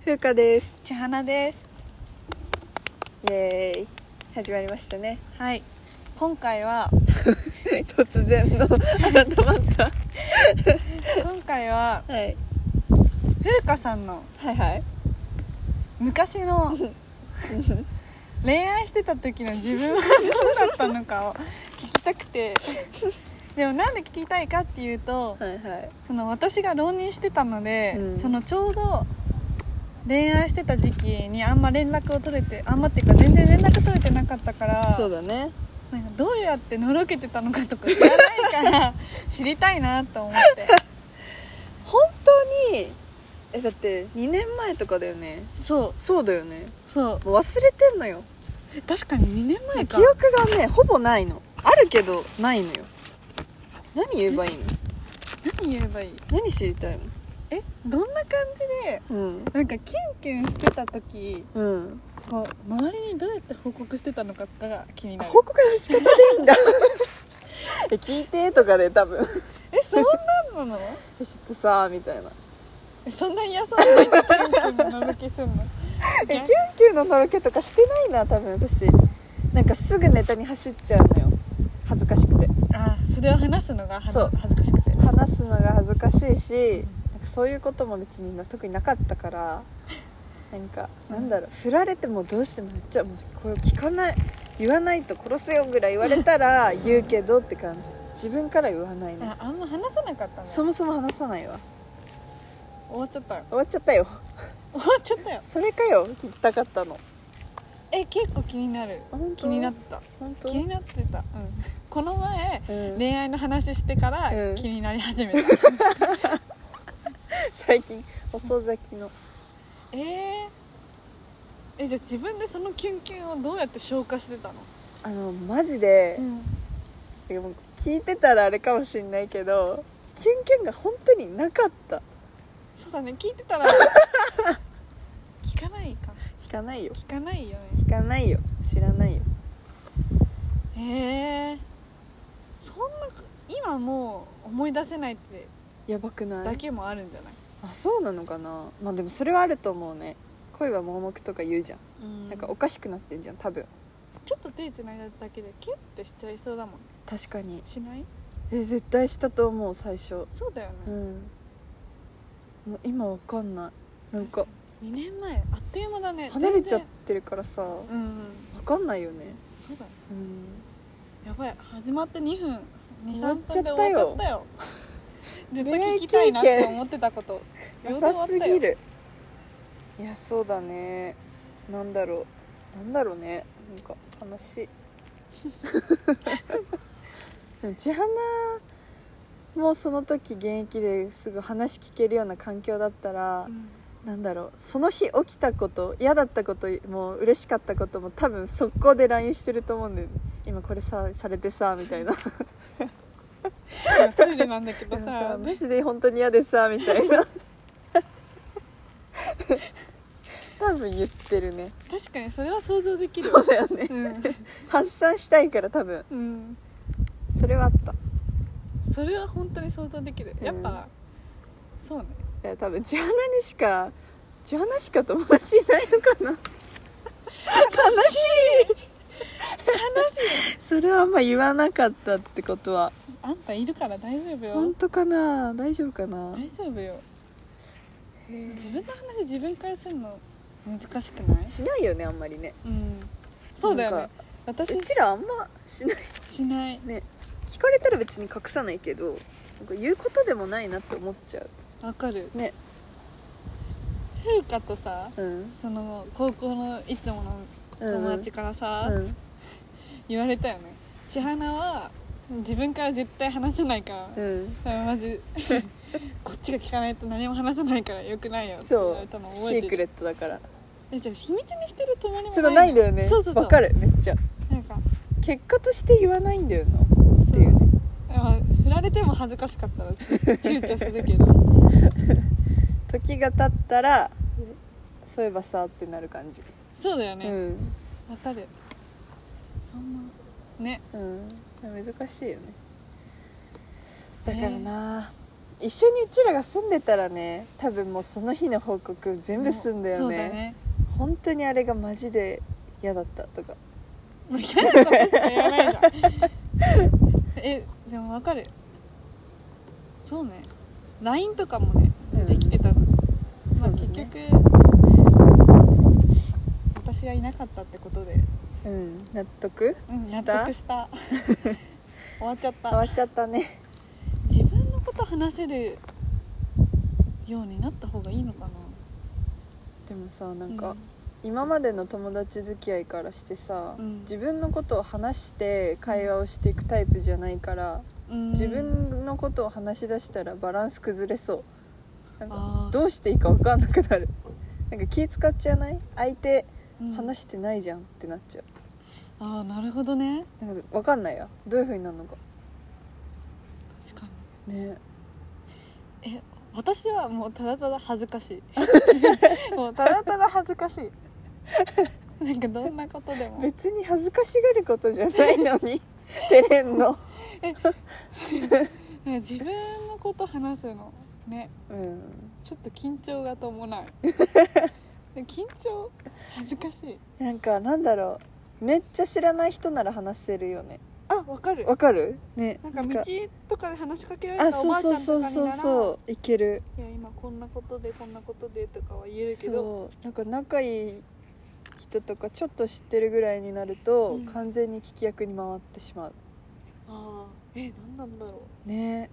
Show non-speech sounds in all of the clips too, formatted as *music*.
風花です千花ですイエーイ始まりましたね *laughs* はい今回は突然の改まった、今回ははい、風花さんのはいはい昔の恋愛してた時の自分はどうだったのかを聞きたくてでもなんで聞きたいかっていうとはいはいその私が浪人してたので、うんそのちょうど恋愛してた時期にあんま連絡を取れてあんまっていうか全然連絡取れてなかったからそうだねなんかどうやってのろけてたのかとか知らないから知りたいなと思って本当にえだって2年前とかだよねそう *laughs* そうだよねそうもう忘れてんのよ確かに2年前記か憶がねほぼないのあるけどないのよ何言えばいいの何言えばいい何知りたいのえどんな感じでうんなんかキュンキュンしてた時うんこう周りにどうやって報告してたのかが気にあなる報告の仕方でいいんだ *laughs* え聞いてとかで多分えそんなんなの *laughs* えちょっとさみたいなえそんな嫌そうなキュンキュンののろけすんの *laughs* えキュンキュンののろけとかしてないな多分私なんかすぐネタに走っちゃうのよ恥ずかしくてあそれを話すのがはそう恥ずかしくて話すのが恥ずかしいしなんかそういうことも別に特になかったからなんかなんだろう振られてもどうしてもめっちゃもうこれ聞かない言わないと殺すよぐらい言われたら言うけどって感じ自分から言わないねああんま話さなかったのそもそも話さないわ終わっちゃった終わっちゃったよ終わっちゃったよそれかよ聞きたかったのえ結構気になる本当気になった本当気になってた、うん、この前うん恋愛の話してからうん気になり始めた、最近遅咲きのえー、えじゃあ自分でそのキュンキュンをどうやって消化してたの、あのマジで、てかもう聞いてたらあれかもしんないけどキュンキュンが本当になかったそうだね聞いて *laughs* たら聞かないか聞かないよ聞かないよね聞かないよ知らないよえー、そんな今もう思い出せないってやばくないだけもあるんじゃない、あそうなのかなまあでもそれはあると思うね恋は盲目とか言うじゃん、うんなんかおかしくなってんじゃん多分ちょっと手つないだだけでキュッてしちゃいそうだもんね確かにしないえ絶対したと思う最初そうだようね、んもう今わかんないなんか2年前あっという間だね離れちゃっ全てるからさわ然うんうんかんないよねそうだねうんやばい始まって2分終わっ23ちゃ分っでたよ終わっちゃったよ *laughs* ずっと聞きたいなって思ってた *laughs* ことなさすぎるいやそうだねなんだろうなんだろうねなんか悲し *laughs* いでも千花もその時現役ですぐ話聞けるような環境だったら、なんだろうその日起きたこと嫌だったことも嬉しかったことも多分速攻で LINE してると思うんだよね今これさされてさみたいな今トイレなんだけどでもささマジで本当に嫌でさみたいな *laughs* 多分言ってるね確かにそれは想像できるそうだよねうん、発散したいから多分うん、それはあったそれは本当に想像できるやっぱ、そうねいや多分千花にしか千花しか友達いないのかな悲しい悲しいそれはあんま言わなかったってことはあんたいるから大丈夫よ本当かな大丈夫かな大丈夫よへ自ー分の話自分からするの難しくないしないよねあんまりねうんそうだよなんねか私うちらあんましないしないね聞かれたら別に隠さないけどなんか言うことでもないなって思っちゃわかるうね風花とさうんその高校のいつもの友達からさ、うん言われたよね千花は自分から絶対話さないから、うんあマジ *laughs* こっちが聞かないと何も話さないからよくないよって言そわれたのう覚シえーてクレるットだからえじゃあ秘密にしてるつもりもないそれないんだよねそうそうそうわかるめっちゃなんか結果として言わないんだよなっていうねまあ振られても恥ずかしかったら躊躇するけど *laughs* 時が経ったらそういえばさってなる感じ、そうだよねわ、うんかるあんまねうん難しいよねだからな、一緒にうちらが住んでたらね多分もうその日の報告全部すんだよそうねだね本当にあれがマジで嫌だったとかもう嫌なことしか言わないじゃんえでもわかるそうね LINE とかもねうんできてたの、まそあうだね結局私がいなかったってことで、うん納得うん、納した得した *laughs* 終わっちゃっ変わたっちゃったね自分のこと話せるようになった方がいいのかなでもさなんか、うん今までの友達付き合いからしてさ、うん自分のことを話して会話をしていくタイプじゃないから、うん自分のことを話し出したらバランス崩れそうなんあかーどうしていいか分かんなくなるなんか気使っちゃわない相手うん話してないじゃんってなっちゃああなるほどねうなんか分かんないやどういう風になるのか確かにねえ私はもうただただ恥ずかしい *laughs* もうただただ恥ずかしいなんかどんなことでも別に恥ずかしがることじゃないの *laughs* に照れんのね自分のこと話すのねうんちょっと緊張が *laughs* 伴うで緊張恥ずかしいなんかなんだろうめっちゃ知らない人なら話せるよねあわかるわかるねなんか道とかで話しかけられあたおそうばあちそうゃんそうそうとかにならそういけるいや今こんなことでこんなことでとかは言えるけどそうなんか仲いい人とかちょっと知ってるぐらいになると、うん完全に聞き役に回ってしまうああえ何なんだろうね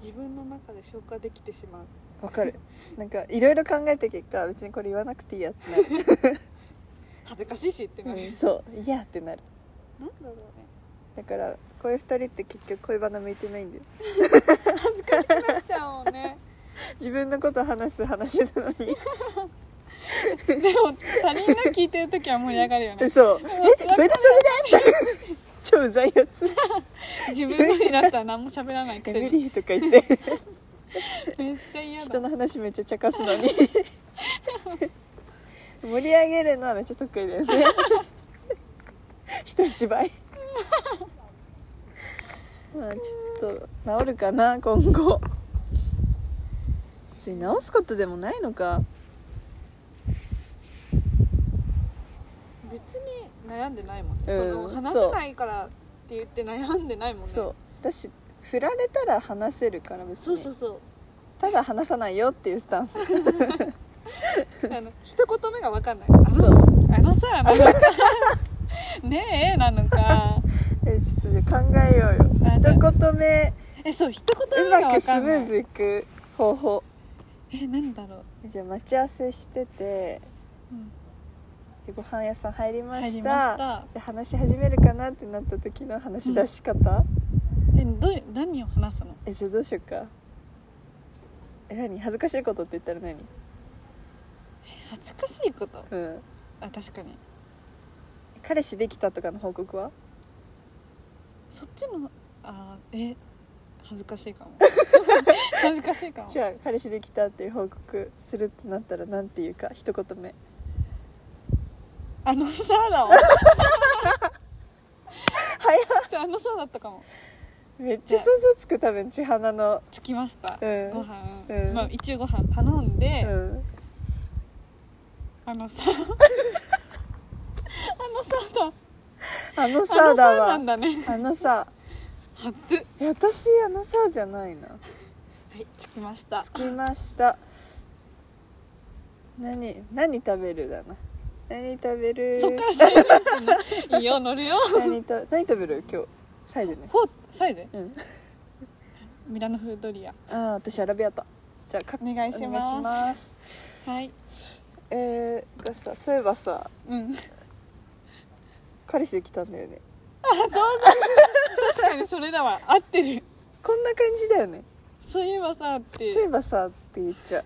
自分の中で消化できてしまうわか *laughs* るなんかいろいろ考えた結果別にこれ言わなくていいやってな恥ずかしいしってなる、る、うん、そういやってなるなんだろうねだからこういう二人って結局恋バナ向いてないんだよ恥ずかしくなっちゃうもんね自分のこと話す話なの *laughs* にでも他人の聞いてる時は盛り上がるよね嘘えそれでそれで *laughs* 超うざいやつ自分のになったら何も喋らないくせ無に理とか言って *laughs* めっちゃ嫌人だの話めっちゃ茶化すの *laughs* に盛り上げるのはめっちゃ得意だよね *laughs* 人一 *laughs* 倍まあちょっと治るかな今後別に治すことでもないのか別に悩んでないもんね、うんその話せないからって言って悩んでないもんねそう私振られたら話せるから別にそうそうそうただ話さないよっていうスタンスあの一言目が分かんないあのあのさあのねえなのかえちょっとじゃあ考えようよあじゃあ一言目えそう一言う目がまく分スかんムないーズいく方法えなんだろう、じゃあ待ち合わせしててうん、でご飯屋さん入りま入しりたましたで話し始めるかなってなった時の話し出し方、えどう何を話すのえじゃあどうしようかえ何恥ずかしいことって言ったら何恥ずかしいことうんあ確かに彼氏できたとかの報告はそっちのあーえ恥ずかし *laughs* いかも恥ずかしいかもじゃあ彼氏できたっていう報告するってなったら何て言うか一言目あのさ *laughs* だわ早っあのさだったかもめっちゃ想像つく多分千花の着きました、うんご飯、うんまあ一応ご飯頼んうで、んあのさ *laughs* あのさだあのあさだのさわなんだねあのさ初いや私あのさじゃないなはい着きました着きました何何食べるだな何食べるそっから最初にいいよ乗るよ何と何食べる今日サイズねほうサイズうんミラノフードリアああ私アラビアータじゃあかお願いしますお願いしますはいえー、がさそういえばさうん彼氏できたんだよね *laughs* 確かにそれだわ合ってるこんな感じだよねそういえばさっそうていえばさって言っちゃう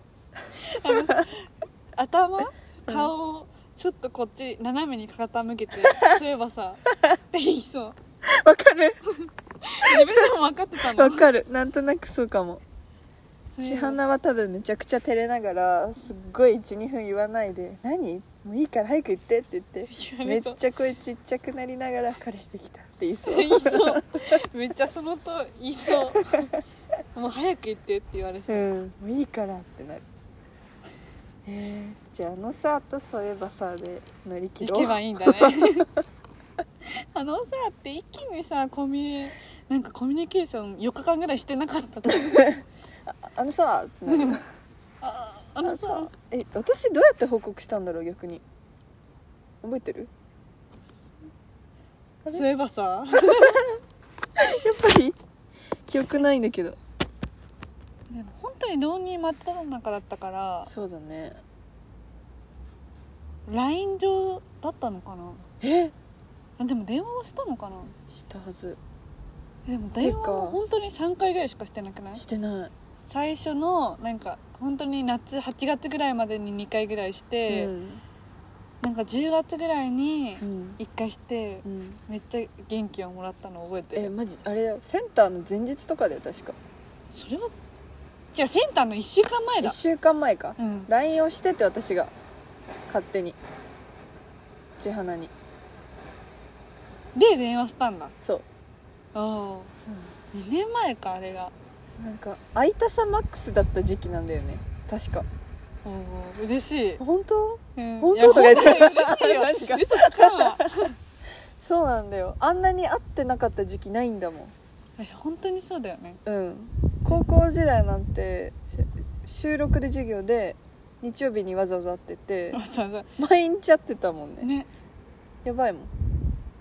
頭顔をちょっとこっち斜めに *laughs* 傾けてそういえばさって言いそうわかる自分でも分かってたのわかるなんとなくそうかもそういえ千ば花は多分めちゃくちゃ照れながらすっごい12分言わないで「何もういいから早く行って」って言って言わめれっそうちゃ声ちっちゃくなりながら「彼氏できた」って言い *laughs* そう言いそうめっちゃそのと言いそうもう早く行ってって言われそうう、んもういいからってなるえーじゃああのさとそういえばさで乗り切行ろうけばいいんだね *laughs* あのさって一気にさコミュなんかコミュニケーション4日間ぐらいしてなかったとあのさってなるあ *laughs* あ *laughs* のあさのさえ私どうやって報告したんだろう逆に覚えてるあれそういえばさやっぱり記憶ないんだけどでも本当に浪人真っ只中だったからそうだね LINE 上だったのかなえあでも電話はしたのかなしたはずえでも電話てはか本当に3回ぐらいしかしてなくないしてない最初のなんか本当に夏8月ぐらいまでに2回ぐらいして、うんなんか10月ぐらいにうん1回してうんめっちゃ元気をもらったの覚えてえるマジあれよセンターの前日とかだよ確かそれは違うセンターの1週間前1だ週間前かうん LINE をしてて私が勝手に千花にで電話したんだそうおお2年前かあれがなんか空いたさマックスだった時期なんだよね確かおお嬉しい、本当うん本いや当とか言って本当に嬉し何いがよ嘘つかんわ *laughs* そうなんだよあんなに会ってなかった時期ないんだもんいや本当にそうだよねうん高校時代なんてし収録で授業で日曜日にわざわざ会って *laughs* てわざわ毎日会ってたもんざねねやばいもん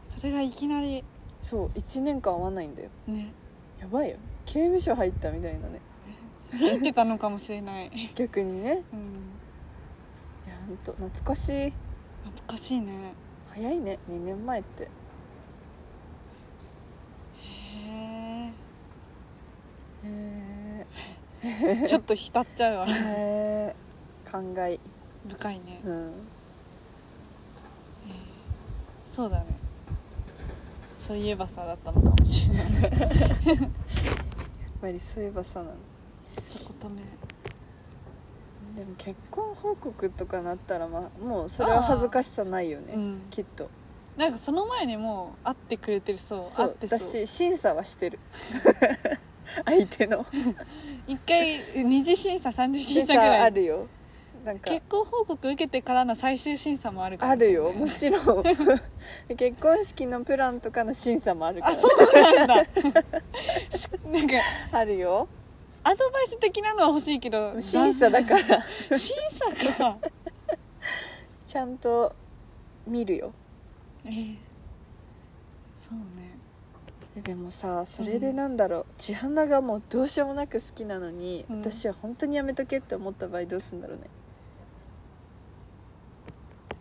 それがいきなりそう1年間会わないんだよねやばいよ刑務所入ったみたいなね生きてたのかもし *laughs* れない、逆にねいうん、やほんと懐かしい懐かしいね早いね2年前ってへへえちょっと浸っちゃうわえ感慨深いねうんそうだねそういえばさだったのかもしれないやっぱりそういえばさなの一言目でも結婚報告とかなったら、まあ、もうそれは恥ずかしさないよね、うんきっとなんかその前にもう会ってくれてるそうそ会っうてそう私審査はして *laughs* る相手の一回二次審査三次審審査ぐら査いあるよなんか結婚報告受けてからの最終審査もあるかあもしるれないよもちろん *laughs* 結婚式のプランとかの審査もあるかあらそう *laughs* なんだしなんかあるよアドバイス的なのは欲しいけど審査だからだ審査か *laughs* ちゃんと見るよ *laughs* ええそうねえでもさそれでなんだろう、千花がもうどうしようもなく好きなのに、うん私は本当にやめとけって思った場合どうすんだろうね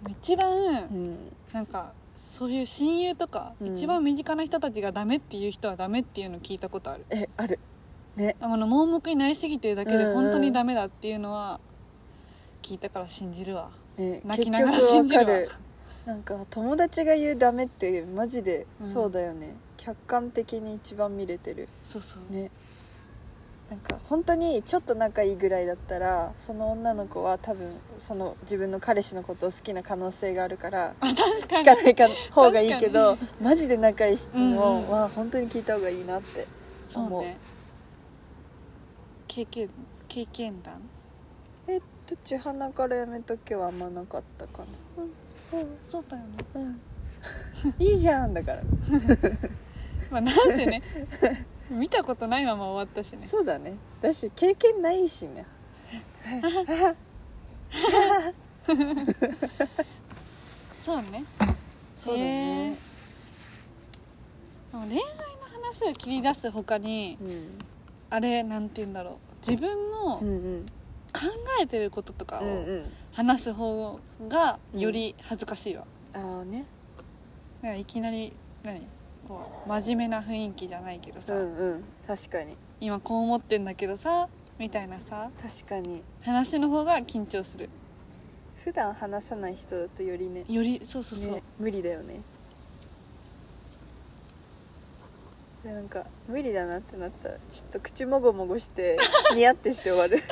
一番うんなんかそういう親友とか、うん一番身近な人たちがダメっていう人はダメっていうの聞いたことあるえあるねあの盲目になりすぎてるだけでうんうん本当にダメだっていうのは聞いたから信じるわね泣きながら信じるわ結局わかなんか友達が言うダメってマジでうんそうだよね、客観的に一番見れてるそうそう、ねなんか本当にちょっと仲いいぐらいだったらその女の子は多分その自分の彼氏のことを好きな可能性があるから確か聞にかないか方がいいけどマジで仲いい人うんうんもは本当に聞いた方がいいなってそう思うね経験経験談えっと千花からやめとけはあんまなかったかなうんそうだよねうん、うん、 *laughs* いいじゃんだからまあなんせね *laughs* 見たことないまま終わったしねそうだねだし経験ないしねそうねそうだね、へーでも恋愛の話を切り出す他にうん、あれなんて言うんだろう自分のうんうん考えてることとかうをんうん話す方がより恥ずかしいわ、ああねなんかいきなり何こう真面目な雰囲気じゃないけどうさ、んうん確かに今こう思ってんだけどさみたいなさ確かに話の方が緊張する普段話さない人だとよりねよりそうそうそう、ね無理だよねでなんか無理だなってなったらちょっと口もごもごして *laughs* ニヤってして終わる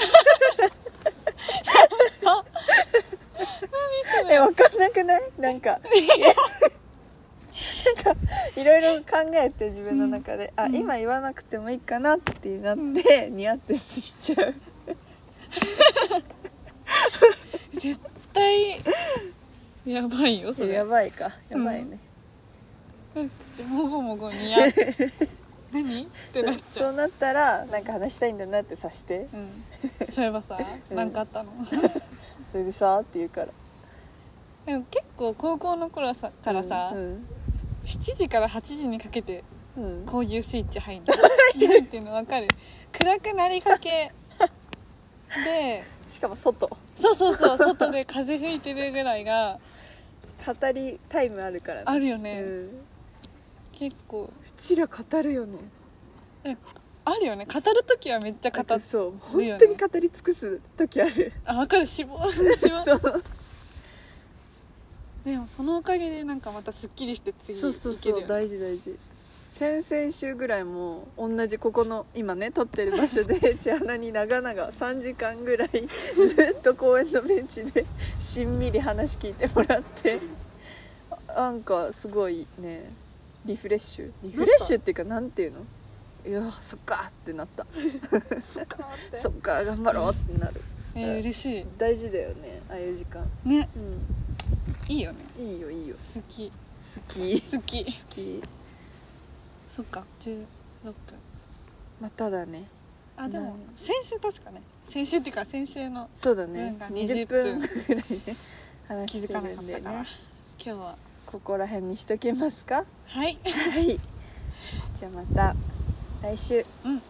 それえわかんなくないなん *laughs* かなんかいろいろ考えて自分の中で、あうん今言わなくてもいいかなってなって、ニヤってしちゃう絶対やばいよそれやばいかやばいね、 *laughs* 口もごもごにや何ってなっちゃそううなったらなんか話したいんだなってさしてうんそういえばさうん何かあっ *laughs* たのそれでさーって言うからでも結構高校の頃さからさ、うん7時から8時にかけてうん、こういうスイッチ入 *laughs* んのなんていうの分かる暗くなりかけでしかも外そうそうそう外で風吹いてるぐらいが語りタイムあるからねあるよね、うん、結構うちら語るよねあるよね語る時はめっちゃ語っなんかそうるよ本ね当に語り尽くす時あるあ分かる絞る絞 *laughs* そうでもそのおかげでなんかまたすっきりして次そうそうそう、いけるよね大事大事先々週ぐらいも同じここの今ね撮ってる場所 *laughs* で千花に長々3時間ぐらいずっと公園のベンチでしんみり話聞いてもらってなんかすごいねリフレッシュリフレッシュっていうかなんていうのいやそっかってなったそっかーってそっか頑張ろうってなるえー嬉し大事だよねああいう時間いねういいよねんいいよいいよ好き好き好き好きそっか16分まただねあでも何先週確かね先週っていうか先週のそうだね分が20 20分分ぐらいね話気しづてかなるかっんでたから、ね今日はここら辺にしときますかはいはいじゃあまた来週うん